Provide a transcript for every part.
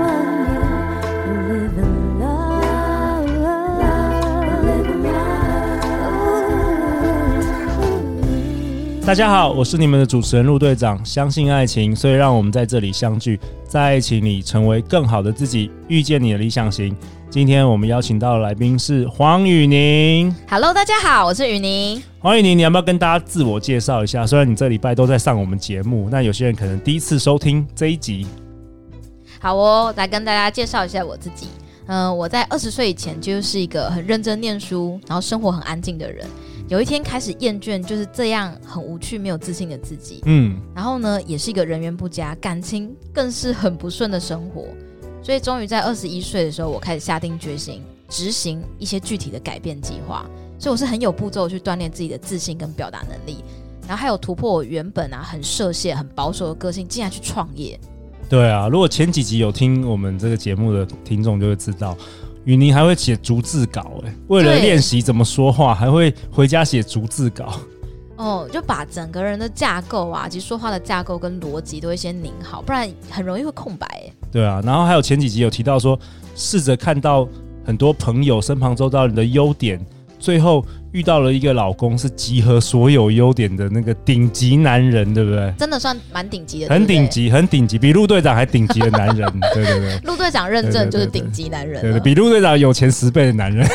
love you, live in love, live in love. 大家好，我是你们的主持人陆队长。相信爱情，所以让我们在这里相聚，在爱情里成为更好的自己，遇见你的理想型。今天我们邀请到的来宾是黄宇宁。 Hello，大家好，我是雨宁。黄宇宁，你要不要跟大家自我介绍一下？虽然你这礼拜都在上我们节目，那有些人可能第一次收听这一集。好哦，来跟大家介绍一下我自己。嗯、我在二十岁以前就是一个很认真念书，然后生活很安静的人。有一天开始厌倦就是这样很无趣、没有自信的自己。嗯，然后呢，也是一个人缘不佳，感情更是很不顺的生活。所以终于在二十一岁的时候，我开始下定决心执行一些具体的改变计划。所以我是很有步骤去锻炼自己的自信跟表达能力，然后还有突破我原本啊很设限、很保守的个性，竟然去创业。对啊，如果前几集有听我们这个节目的听众就会知道，雨宁还会写逐字稿、欸，为了对练习怎么说话，还会回家写逐字稿。哦，就把整个人的架构啊，及说话的架构跟逻辑都会先拧好，不然很容易会空白欸。对啊，然后还有前几集有提到说，试着看到很多朋友身旁周遭人的优点，最后遇到了一个老公是集合所有优点的那个顶级男人，对不对？真的算蛮顶级的，很对不对顶。级，很顶级，比陆队长还顶级的男人，对对 对。陆队长认证就是对对对顶级男人对了对，。比陆队长有钱十倍的男人。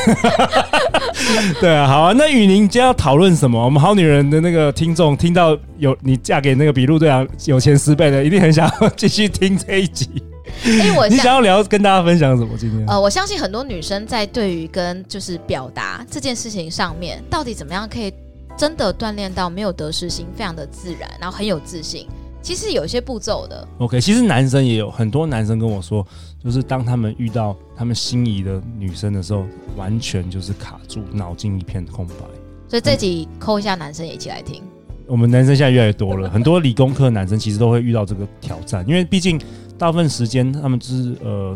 对啊，好啊。那雨宁今天要讨论什么？我们好女人的那个听众听到有你嫁给那个比陆队长有钱十倍的，一定很想要继续听这一集。因为 我你想相要聊跟大家分享什么？今天、呃，我相信很多女生在对于跟就是表达这件事情上面，到底怎么样可以真的锻炼到没有得失心，非常的自然，然后很有自信。其实有一些步骤的， OK，其实男生也有很多男生跟我说，就是当他们遇到他们心仪的女生的时候，完全就是卡住，脑筋一片空白。嗯所以这集扣一下男生也一起来听。我们男生现在越来越多了，很多理工科男生其实都会遇到这个挑战，因为毕竟大部分时间他们就是呃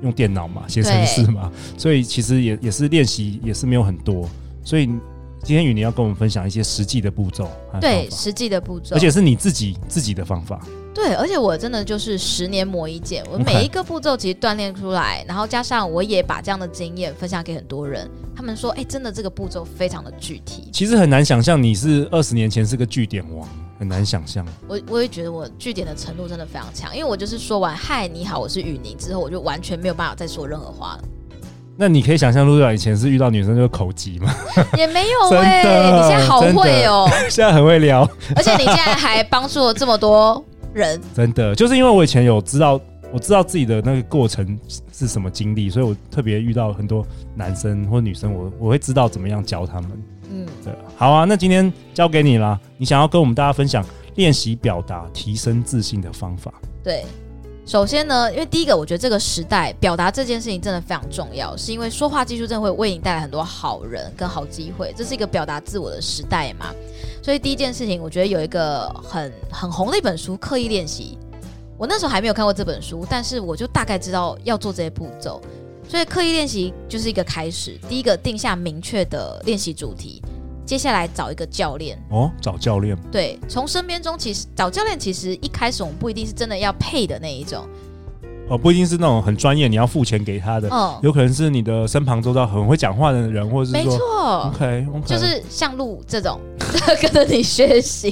用电脑嘛，写程式嘛，所以其实也也是练习也是没有很多，所以今天雨宁要跟我们分享一些实际的步骤和对，方法实际的步骤，而且是你自己自己的方法，对，而且我真的就是十年磨一剑，我 OK 每一个步骤其实锻炼出来，然后加上我也把这样的经验分享给很多人，他们说，哎、真的这个步骤非常的具体，其实很难想象你是二十年前是个据点王，很难想象。我我也觉得我据点的程度真的非常强，因为我就是说完嗨你好我是雨宁之后，我就完全没有办法再说任何话了，那你可以想象陆队长以前是遇到女生就口急嘛， 也没有真的哎、你现在好会哦、现在很会聊，而且你现在还帮助了这么多人，真的，就是因为我以前有知道，我知道自己的那个过程是是什么经历，所以我特别遇到很多男生或女生，我我会知道怎么样教他们。嗯，对，好啊，那今天交给你啦，你想要跟我们大家分享练习表达、提升自信的方法。对。首先呢，因为第一个，我觉得这个时代表达这件事情真的非常重要，是因为说话技术真的会为你带来很多好人跟好机会，这是一个表达自我的时代嘛。所以第一件事情，我觉得有一个很很红的一本书《刻意练习》，我那时候还没有看过这本书，但是我就大概知道要做这些步骤。所以刻意练习就是一个开始，第一个定下明确的练习主题，接下来找一个教练，哦，找教练，对，从身边中其实找教练，其实一开始我们不一定是真的要配的那一种，哦，不一定是那种很专业，你要付钱给他的，嗯，有可能是你的身旁周遭很会讲话的人，或者是没说错， ，OK，, o k 就是像路这种跟着你学习，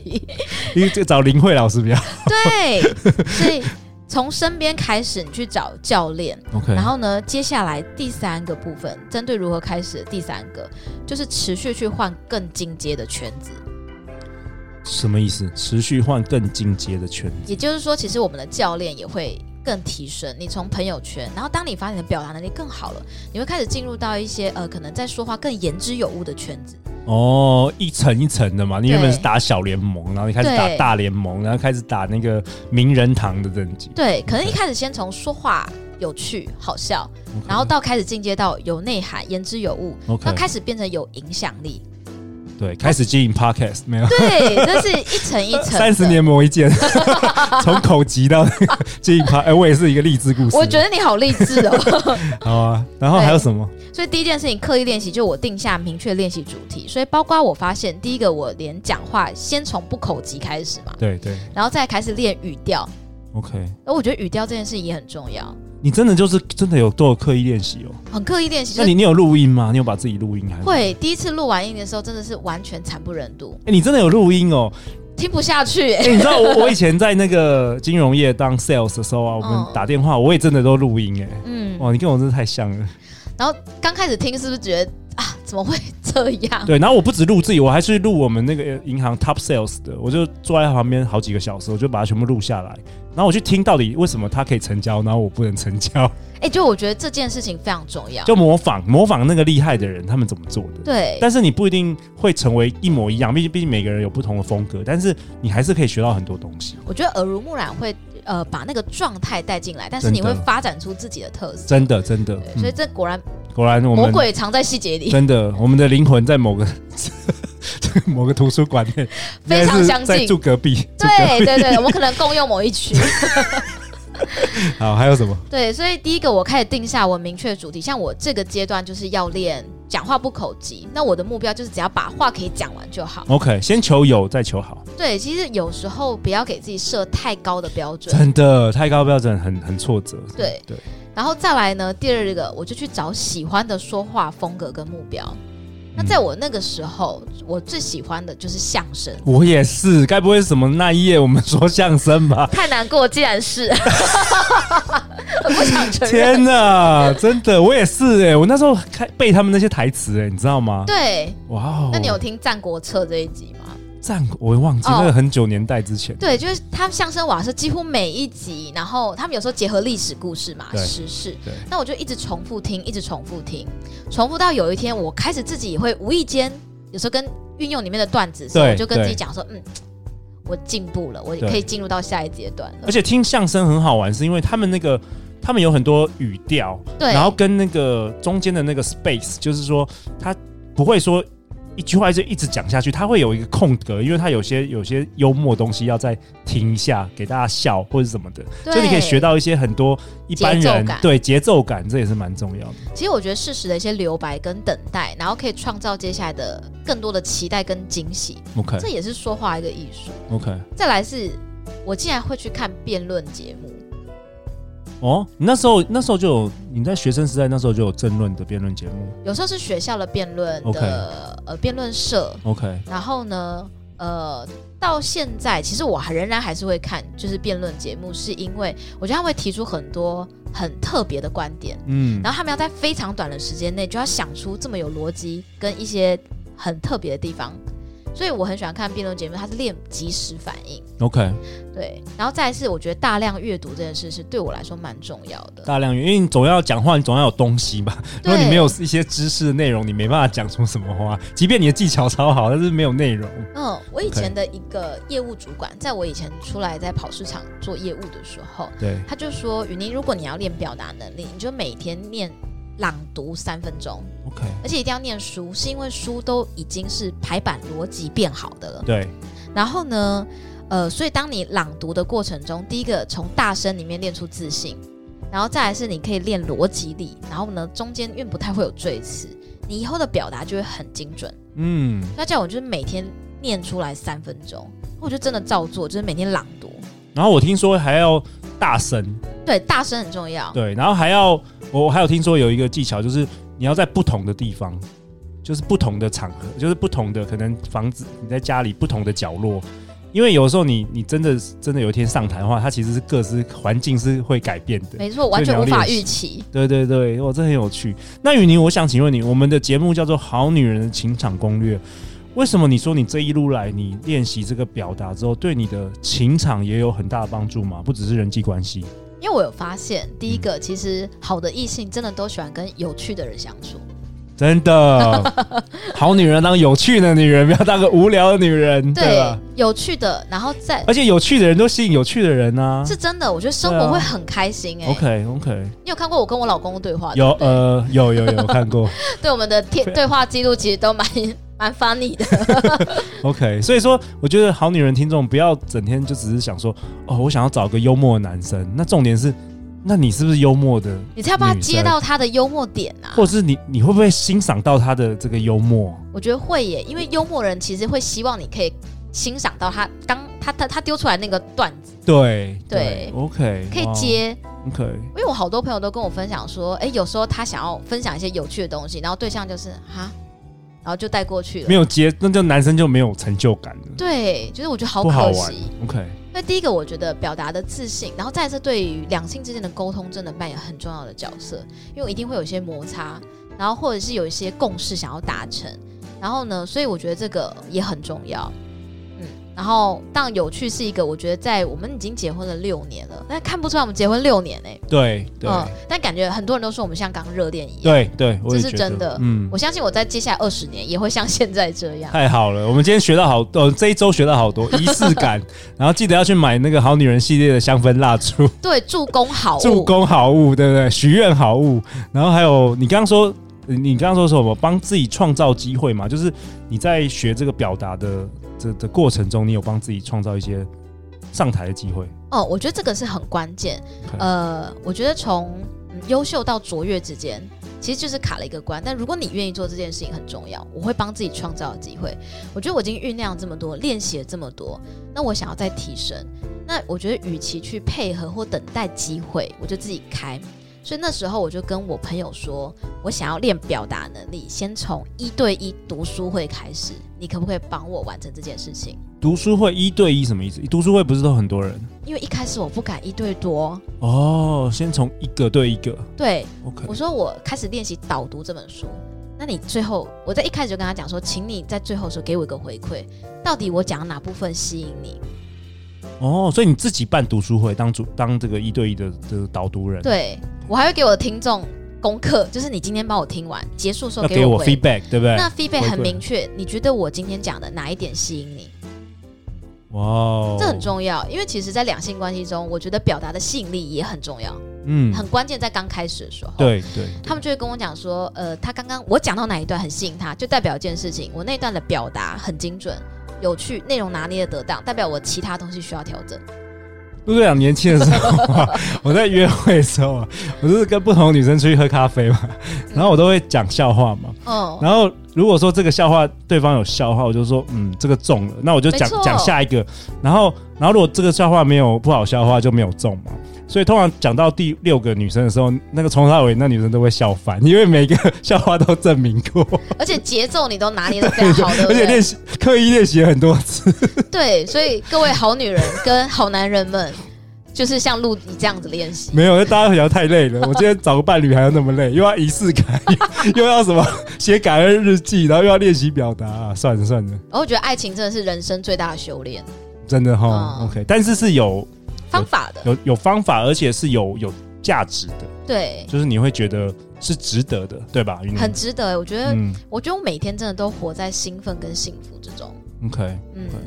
你这找林慧老师比较对，所以从身边开始，你去找教练， OK， 然后呢，接下来第三个部分，针对如何开始，第三个就是持续去换更进阶的圈子。什么意思？持续换更进阶的圈子。也就是说，其实我们的教练也会更提升你从朋友圈，然后当你发现你的表达能力更好了，你会开始进入到一些呃，可能在说话更言之有物的圈子。哦，一层一层的嘛，你原本对是打小联盟，然后你开始打对大联盟，然后开始打那个名人堂的等级，对，嗯可能一开始先从说话有趣、好笑，然后到开始进阶到有内涵、言之有物， OK，到开始变成有影响力。对，开始经营 podcast 没有？ 对，这是一层一层。三十，年磨一 剑，从口级到那个经营 p 哎，我也是一个励志故事。我觉得你好励志哦。 好啊。然后还有什么？所以第一件事情，刻意练习，就我定下明确练习主题。所以包括我发现，第一个我连讲话先从不口级开始嘛，对对然后再开始练语调。 ，OK。而我觉得语调这件事情也很重要，你真的就是真的有都有刻意练习哦。很刻意练习。就那是你你有录音吗？你有把自己录音还？。会第一次录完音的时候，真的是完全惨不忍睹，哎、你真的有录音哦！听不下去、 哎、欸。你知道我我以前在那个金融业当 sales 的时候啊，我嗯们打电话我也真的都录音哎、嗯，哇，你跟我真的太像了。然后刚开始听是不是觉得啊，怎么会这样？对，然后我不止录自己，我还去录我们那个银行 top sales 的，我就坐在旁边好几个小时，我就把它全部录下来，然后我去听到底为什么它可以成交，然后我不能成交，哎、就我觉得这件事情非常重 要。就模仿模仿那个厉害的人他们怎么做的。对，但是你不一定会成为一模一样，毕竟毕竟每个人有不同的风格，但是你还是可以学到很多东西，我觉得耳濡目染会呃把那个状态带进来，但是真你的会发展出自己的特色。真的真的。对，嗯所以这果然果然我魔们鬼藏在细节里，真的，我们的灵魂在某个 某个图书馆内， 非常相近在住隔壁。住隔对对对，我们可能共用某一区。好，还有什么？对，所以第一个我开始定下我明确的主题，像我这个阶段就是要练讲话不口急，那我的目标就是只要把话可以讲完就好。 OK，先求有，再求好。对，其实有时候不要给自己设太高的标准。真的太高标准很，很挫折。对对，然后再来呢，第二个我就去找喜欢的说话风格跟目标。那在我那个时候，我最喜欢的就是相声。我也是，该不会是什么那一夜我们说相声吧？太难过，竟 然是，我不想承认。天哪，真的，我也是哎、我那时候开背他们那些台词哎、你知道吗？对，哇哦，那你有听《战国策》这一集吗？战国？我忘记、哦那个很久年代之前。对，就是他相声瓦是几乎每一集，然后他们有时候结合历史故事嘛，对时事。对，那我就一直重复听，一直重复听，重复到有一天，我开始自己也会无意间，有时候跟运用里面的段子的时候，对我就跟自己对讲说，嗯，我进步了，我对可以进入到下一阶段了而。且听相声很好玩，是因为他们那个他们有很多语调，对，然后跟那个中间的那个 space，就是说他不会说一句话就一直讲下去，他会有一个空格，因为他有些有些幽默东西要再停一下，给大家笑或者什么的，对所以你可以学到一些很多一般节奏人感对节奏感，这也是蛮重要的。其实我觉得适时的一些留白跟等待，然后可以创造接下来的更多的期待跟惊喜， OK 这也是说话一个艺术。 OK，再来是，我竟然会去看辩论节目，哦，你那时候那时候就有你在学生时代那时候就有争论的辩论节目有时候是学校的辩论的 OK 呃辩论社， ，OK，然后呢，呃，到现在其实我还仍然还是会看就是辩论节目，是因为我觉得他会提出很多很特别的观点，嗯然后他们要在非常短的时间内就要想出这么有逻辑跟一些很特别的地方，所以我很喜欢看辩论节目，它是练即时反应， ，OK，对，然后再来是我觉得大量阅读这件事是对我来说蛮重要的，大量阅，因为你总要讲话，你总要有东西吧。如果你没有一些知识的内容，你没办法讲出什么话。即便你的技巧超好，但是没有内容。嗯，我以 OK 前的一个业务主管，在我以前出来在跑市场做业务的时候，对，他就说：“雨宁，如果你要练表达能力，你就每天念朗读三分钟， OK，而且一定要念书，是因为书都已经是排版逻辑变好的了。对，然后呢，呃，所以当你朗读的过程中，第一个从大声里面练出自信，然后再来是你可以练逻辑力，然后呢，中间因为不太会有赘词，你以后的表达就会很精准。”嗯，他叫我就是每天念出来三分钟，我就真的照做，就是每天朗读。然后我听说还要大声，对，大声很重要。对，然后还要我还有听说有一个技巧，就是你要在不同的地方，就是不同的场合，就是不同的可能房子，你在家里不同的角落。因为有时候你你真的真的有一天上台的话，它其实是各自环境是会改变的。没错，完全无法预期。对对对，哇，这很有趣。那雨宁，我想请问你，我们的节目叫做《好女人的情场攻略》，为什么你说你这一路来，你练习这个表达之后，对你的情场也有很大的帮助吗？不只是人际关系，因为我有发现，第一个，其实好的异性真的都喜欢跟有趣的人相处。真的， 好女人当有趣的女人，不要当个无聊的女人，对啊哎吧？有趣的，然后再而且有趣的人都吸引有趣的人啊。是真的，我觉得生活对啊会很开心哎、 OK OK，你有看过我跟我老公的对话？啊有对不对呃有有有看过，对我们的贴对话记录其实都蛮蛮 funny 的。 OK，所以说我觉得好女人听众不要整天就只是想说哦，我想要找个幽默的男生。那重点是，那你是不是幽默的？你才把他女接生到他的幽默点啊！或者是你你会不会欣赏到他的这个幽默？我觉得会耶，因为幽默人其实会希望你可以欣赏到他刚他他他丢出来那个段子，对对，OK，可以哇接。 ，OK，因为我好多朋友都跟我分享说，哎，有时候他想要分享一些有趣的东西，然后对象就是哈，然后就带过去了没。有接，那就男生就没有成就感了，对，就是我觉得好不好可玩惜。。 OK，因为第一个，我觉得表达的自信，然后再是对于两性之间的沟通，真的扮演很重要的角色，因为一定会有一些摩擦，然后或者是有一些共识想要达成，然后呢，所以我觉得这个也很重要。嗯，然后当然有趣是一个，我觉得在我们已经结婚了六年了，但看不出来我们结婚六年呢、对对、嗯，但感觉很多人都说我们像刚热恋一样。对对，我这也是觉真得的嗯我。相信我在接下来二十年也会像现在这样。太好了，我们今天学到好，呃，这一周学到好多仪式 感，然后记得要去买那个好女人系列的香氛蜡烛，对，助攻好物，助攻好物，对不对？许愿好物，然后还有你刚刚说，呃你刚刚说什么？帮自己创造机会嘛，就是你在学这个表达的这的过程中，你有帮自己创造一些上台的机会。哦，我觉得这个是很关键 OK。呃，我觉得从嗯优秀到卓越之间，其实就是卡了一个关。但如果你愿意做这件事情，很重要。我会帮自己创造机会。我觉得我已经酝酿这么多，练习了这么多，那我想要再提升。那我觉得，与其去配合或等待机会，我就自己开。所以那时候我就跟我朋友说，我想要练表达能力，先从一对一读书会开始。你可不可以帮我完成这件事情？读书会一对一什么意思？读书会不是都很多人因为一开始我不敢一对多，哦？先从一个对一个对， ，OK，我说我开始练习导读这本书，那你最后，我在一开始就跟他讲说，请你在最后的时候给我一个回馈，到底我讲哪部分吸引你？哦，所以你自己办读书会，当主当这个一对一的的导读人，，对我还会给我的听众功课，就是你今天帮我听完，结束的时候要给我我回。 feedback，对不对？那 feedback 回很馈明确，你觉得我今天讲的哪一点吸引你？哇哦，这很重要，因为其实，在两性关系中，我觉得表达的吸引力也很重要，嗯，很关键，在刚开始的时候。对对，他们就会跟我讲说，呃，他刚刚我讲到哪一段很吸引他，就代表一件事情，我那一段的表达很精准、有趣，内容拿捏的得当，代表我其他东西需要调整。陆队长年轻的时候啊， 我在约会的时候啊，我就是跟不同的女生出去喝咖啡嘛，然后我都会讲笑话嘛，嗯，然后如果说这个笑话对方有笑话，我就说嗯这个中了，那我就讲没错讲下一个，然后然后如果这个笑话没有不好笑的话就没有中嘛。所以通常讲到第六个女生的时候，那个从头到尾那女生都会笑翻，因为每个笑话都证明过，而且节奏你都拿捏的非 常好，对不而且练对？习刻意练习了很多次。对，所以各位好女人跟好男人们，就是像陆迪这样子练习。没有，因为大家聊太累了。我今天找个伴侣还要那么累，又要仪式感，又又要什么写感恩日记，然后又要练习表达、啊，算了算了，然后我觉得爱情真的是人生最大的修炼真的哈、嗯 OK，但是是有方法的，有有方法，而且是有有价值的。对，就是你会觉得是值得的，对吧？云宁很值得。我觉得，嗯我觉得我每天真的都活在兴奋跟幸福之中。 ，OK，嗯对，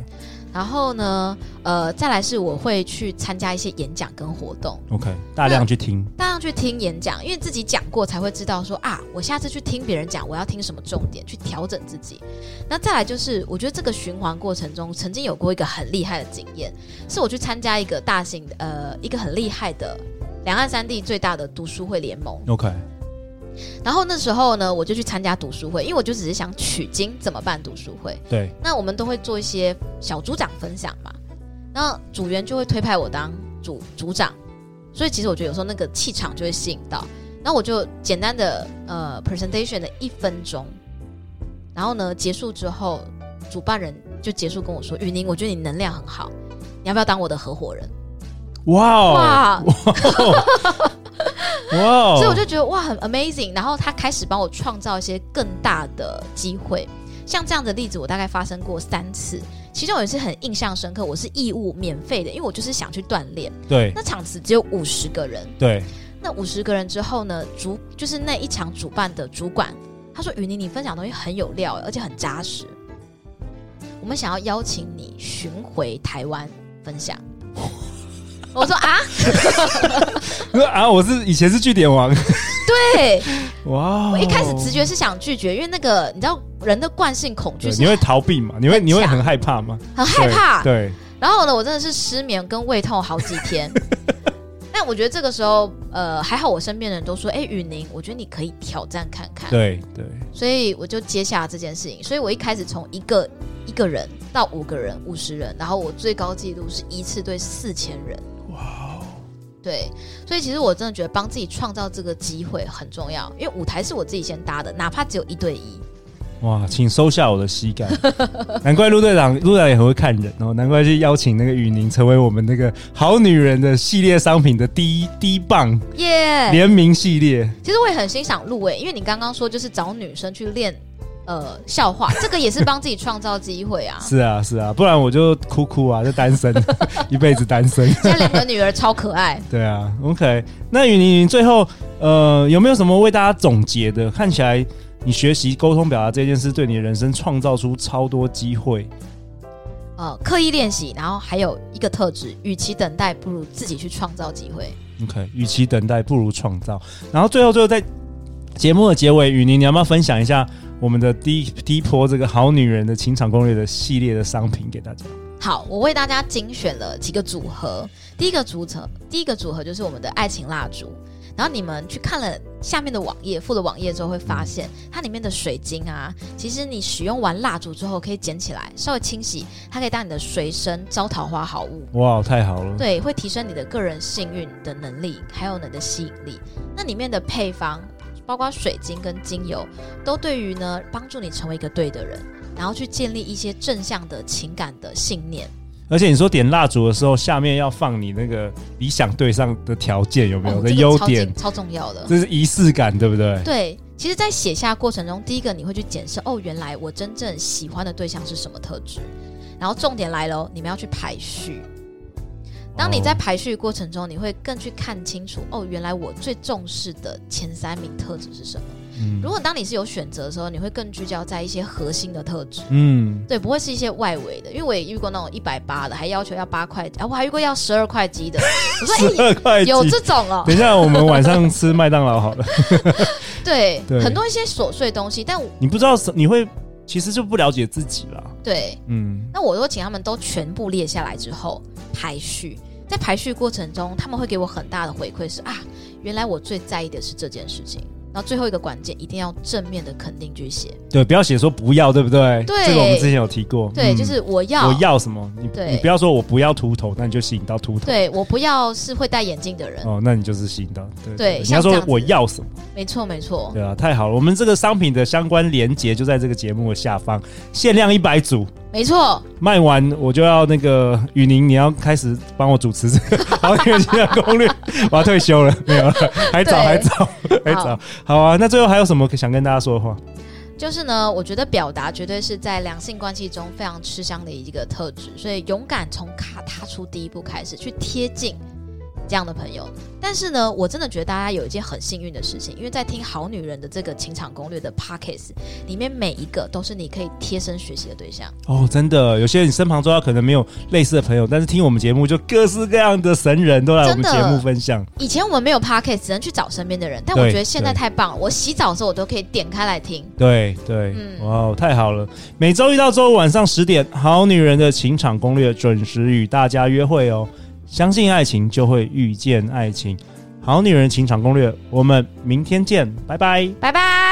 然后呢，呃，再来是我会去参加一些演讲跟活动， OK，大量去听，大家去听演讲，因为自己讲过才会知道说啊，我下次去听别人讲，我要听什么重点，去调整自己。那再来就是，我觉得这个循环过程中，曾经有过一个很厉害的经验，是我去参加一个大型的呃一个很厉害的两岸三地最大的读书会联盟， OK，然后那时候呢，我就去参加读书会，因为我就只是想取经怎么办读书会。对，那我们都会做一些小组长分享嘛，那组员就会推派我当组组长，所以其实我觉得有时候那个气场就会吸引到。那我就简单的呃 presentation 的一分钟，然后呢结束之后，主办人就结束跟我说：“雨宁，我觉得你能量很好，你要不要当我的合伙人哇？”哦，哇！哇哦，所以我就觉得哇，很 amazing。然后他开始帮我创造一些更大的机会，像这样的例子，我大概发生过三次，其中有一次很印象深刻，我是义务免费的，因为我就是想去锻炼。对那场次只有五十个人，对，那五十个人之后呢，主就是那一场主办的主管，他说：“雨宁，你分享的东西很有料，而且很扎实。我们想要邀请你巡回台湾分享。”我说啊，啊，我是以前是据点王，对，哇我哦一开始直觉是想拒绝，因为那个你知道人的惯性恐惧对，是你会逃避嘛？你会你会很害怕吗？很害怕。对，然后呢，我真的是失眠跟胃痛好几 天。但我觉得这个时候，呃，还好我身边的人都说，哎、雨宁，我觉得你可以挑战看看。对对对所以我就接下了这件事情。所以我一开始从一个一个人到五个人、五十人，然后我最高纪录是一次对四千人。哇哦，对，所以其实我真的觉得帮自己创造这个机会很重要，因为舞台是我自己先搭的，哪怕只有一对一。哇，请收下我的膝盖。 难怪陆队长，陆队长也很会看人哦，难怪去邀请那个雨宁成为我们那个好女人的系列商品的第一第一棒耶、联名系列。其实我也很欣赏陆伟，因为你刚刚说就是找女生去练呃笑话， 这个也是帮自己创造机 会啊。是啊是啊，不然我就哭哭啊，就单身， 一辈子单身。现在两个女儿超可爱，对啊，OK。那雨宁，你最后呃有没有什么为大家总结的？看起来你学习沟通表达这件事，对你的人生创造出超多机会。呃，刻意练习，然后还有一个特质，与其等待，不如自己去创造机会。 OK，与其等待，不如创造。然后最后最后在节目的结尾，雨宁，你要不要分享一下我们的第一第一波这个好女人的情场攻略的系列的商品给大家？好，我为大家精选了几个组合。第一个组合，第一个组合就是我们的爱情蜡烛。然后你们去看了下面的网页，附了网页之后会发现，它里面的水晶啊，其实你使用完蜡烛之后可以捡起来，稍微清洗，它可以当你的随身招桃花好物。哇，太好了！对，会提升你的个人幸运的能力，还有你的吸引力。那里面的配方，包括水晶跟精油，都对于呢帮助你成为一个对的人，然后去建立一些正向的情感的信念。而且你说点蜡烛的时候，下面要放你那个理想对象的条件有没有哦的这个优超点级？超重要的。这是仪式感，对不对？对，其实，在写下过程中，第一个你会去检视，哦，原来我真正喜欢的对象是什么特质。然后重点来喽，你们要去排序。当你在哦排序过程中，你会更去看清楚，哦，原来我最重视的前三名特质是什么。嗯如果当你是有选择的时候，你会更聚焦在一些核心的特质。嗯，对，不会是一些外围的，因为我也遇过那种一百八的，还要求要八块，啊，我还遇过要十二块鸡 的。我说，十哎、嗯二块 有几这种哦。等一下，我们晚上吃麦当劳好了。对，对很多一些琐碎东西，但我你不知道什，你会其实就不了解自己啦。对，嗯，那我都请他们都全部列下来之后排序，在排序过程中，他们会给我很大的回馈是啊，原来我最在意的是这件事情。然后最后一个关键一定要正面的肯定去写，对，不要写说不要，对不对？对这个我们之前有提过。对，嗯就是我要，我要什么，你对你不要说我不要秃头，那你就吸引到秃头。对我不要是会戴眼镜的人，哦，那你就是吸引到。对对你要像这说样子我要什么。没错没错，对啊，太好了！我们这个商品的相关链接就在这个节目的下方，限量一百组，没错，卖完我就要那个雨宁，你要开始帮我主持这 个《好女人情感攻略》，我要退休了，没有了，还早，对还早，还早。好啊，那最后还有什么想跟大家说的话？就是呢，我觉得表达绝对是在两性关系中非常吃香的一个特质，所以勇敢从踏踏出第一步开始，去贴近这样的朋友。但是呢，我真的觉得大家有一件很幸运的事情，因为在听《好女人的这个情场攻略》的 pockets 里面，每一个都是你可以贴身学习的对象。哦，真的，有些你身旁周遭可能没有类似的朋友，但是听我们节目就各式各样的神人都来我们真节的目分享。以前我们没有 pockets，只能去找身边的人，但我对觉得现在对太棒了，我洗澡的时候我都可以点开来听。对对，嗯哇哦，太好了！每周一到周五晚上十点，《好女人的情场攻略》准时与大家约会哦。相信爱情，就会遇见爱情。《好女人情场攻略》，我们明天见，拜拜。拜拜。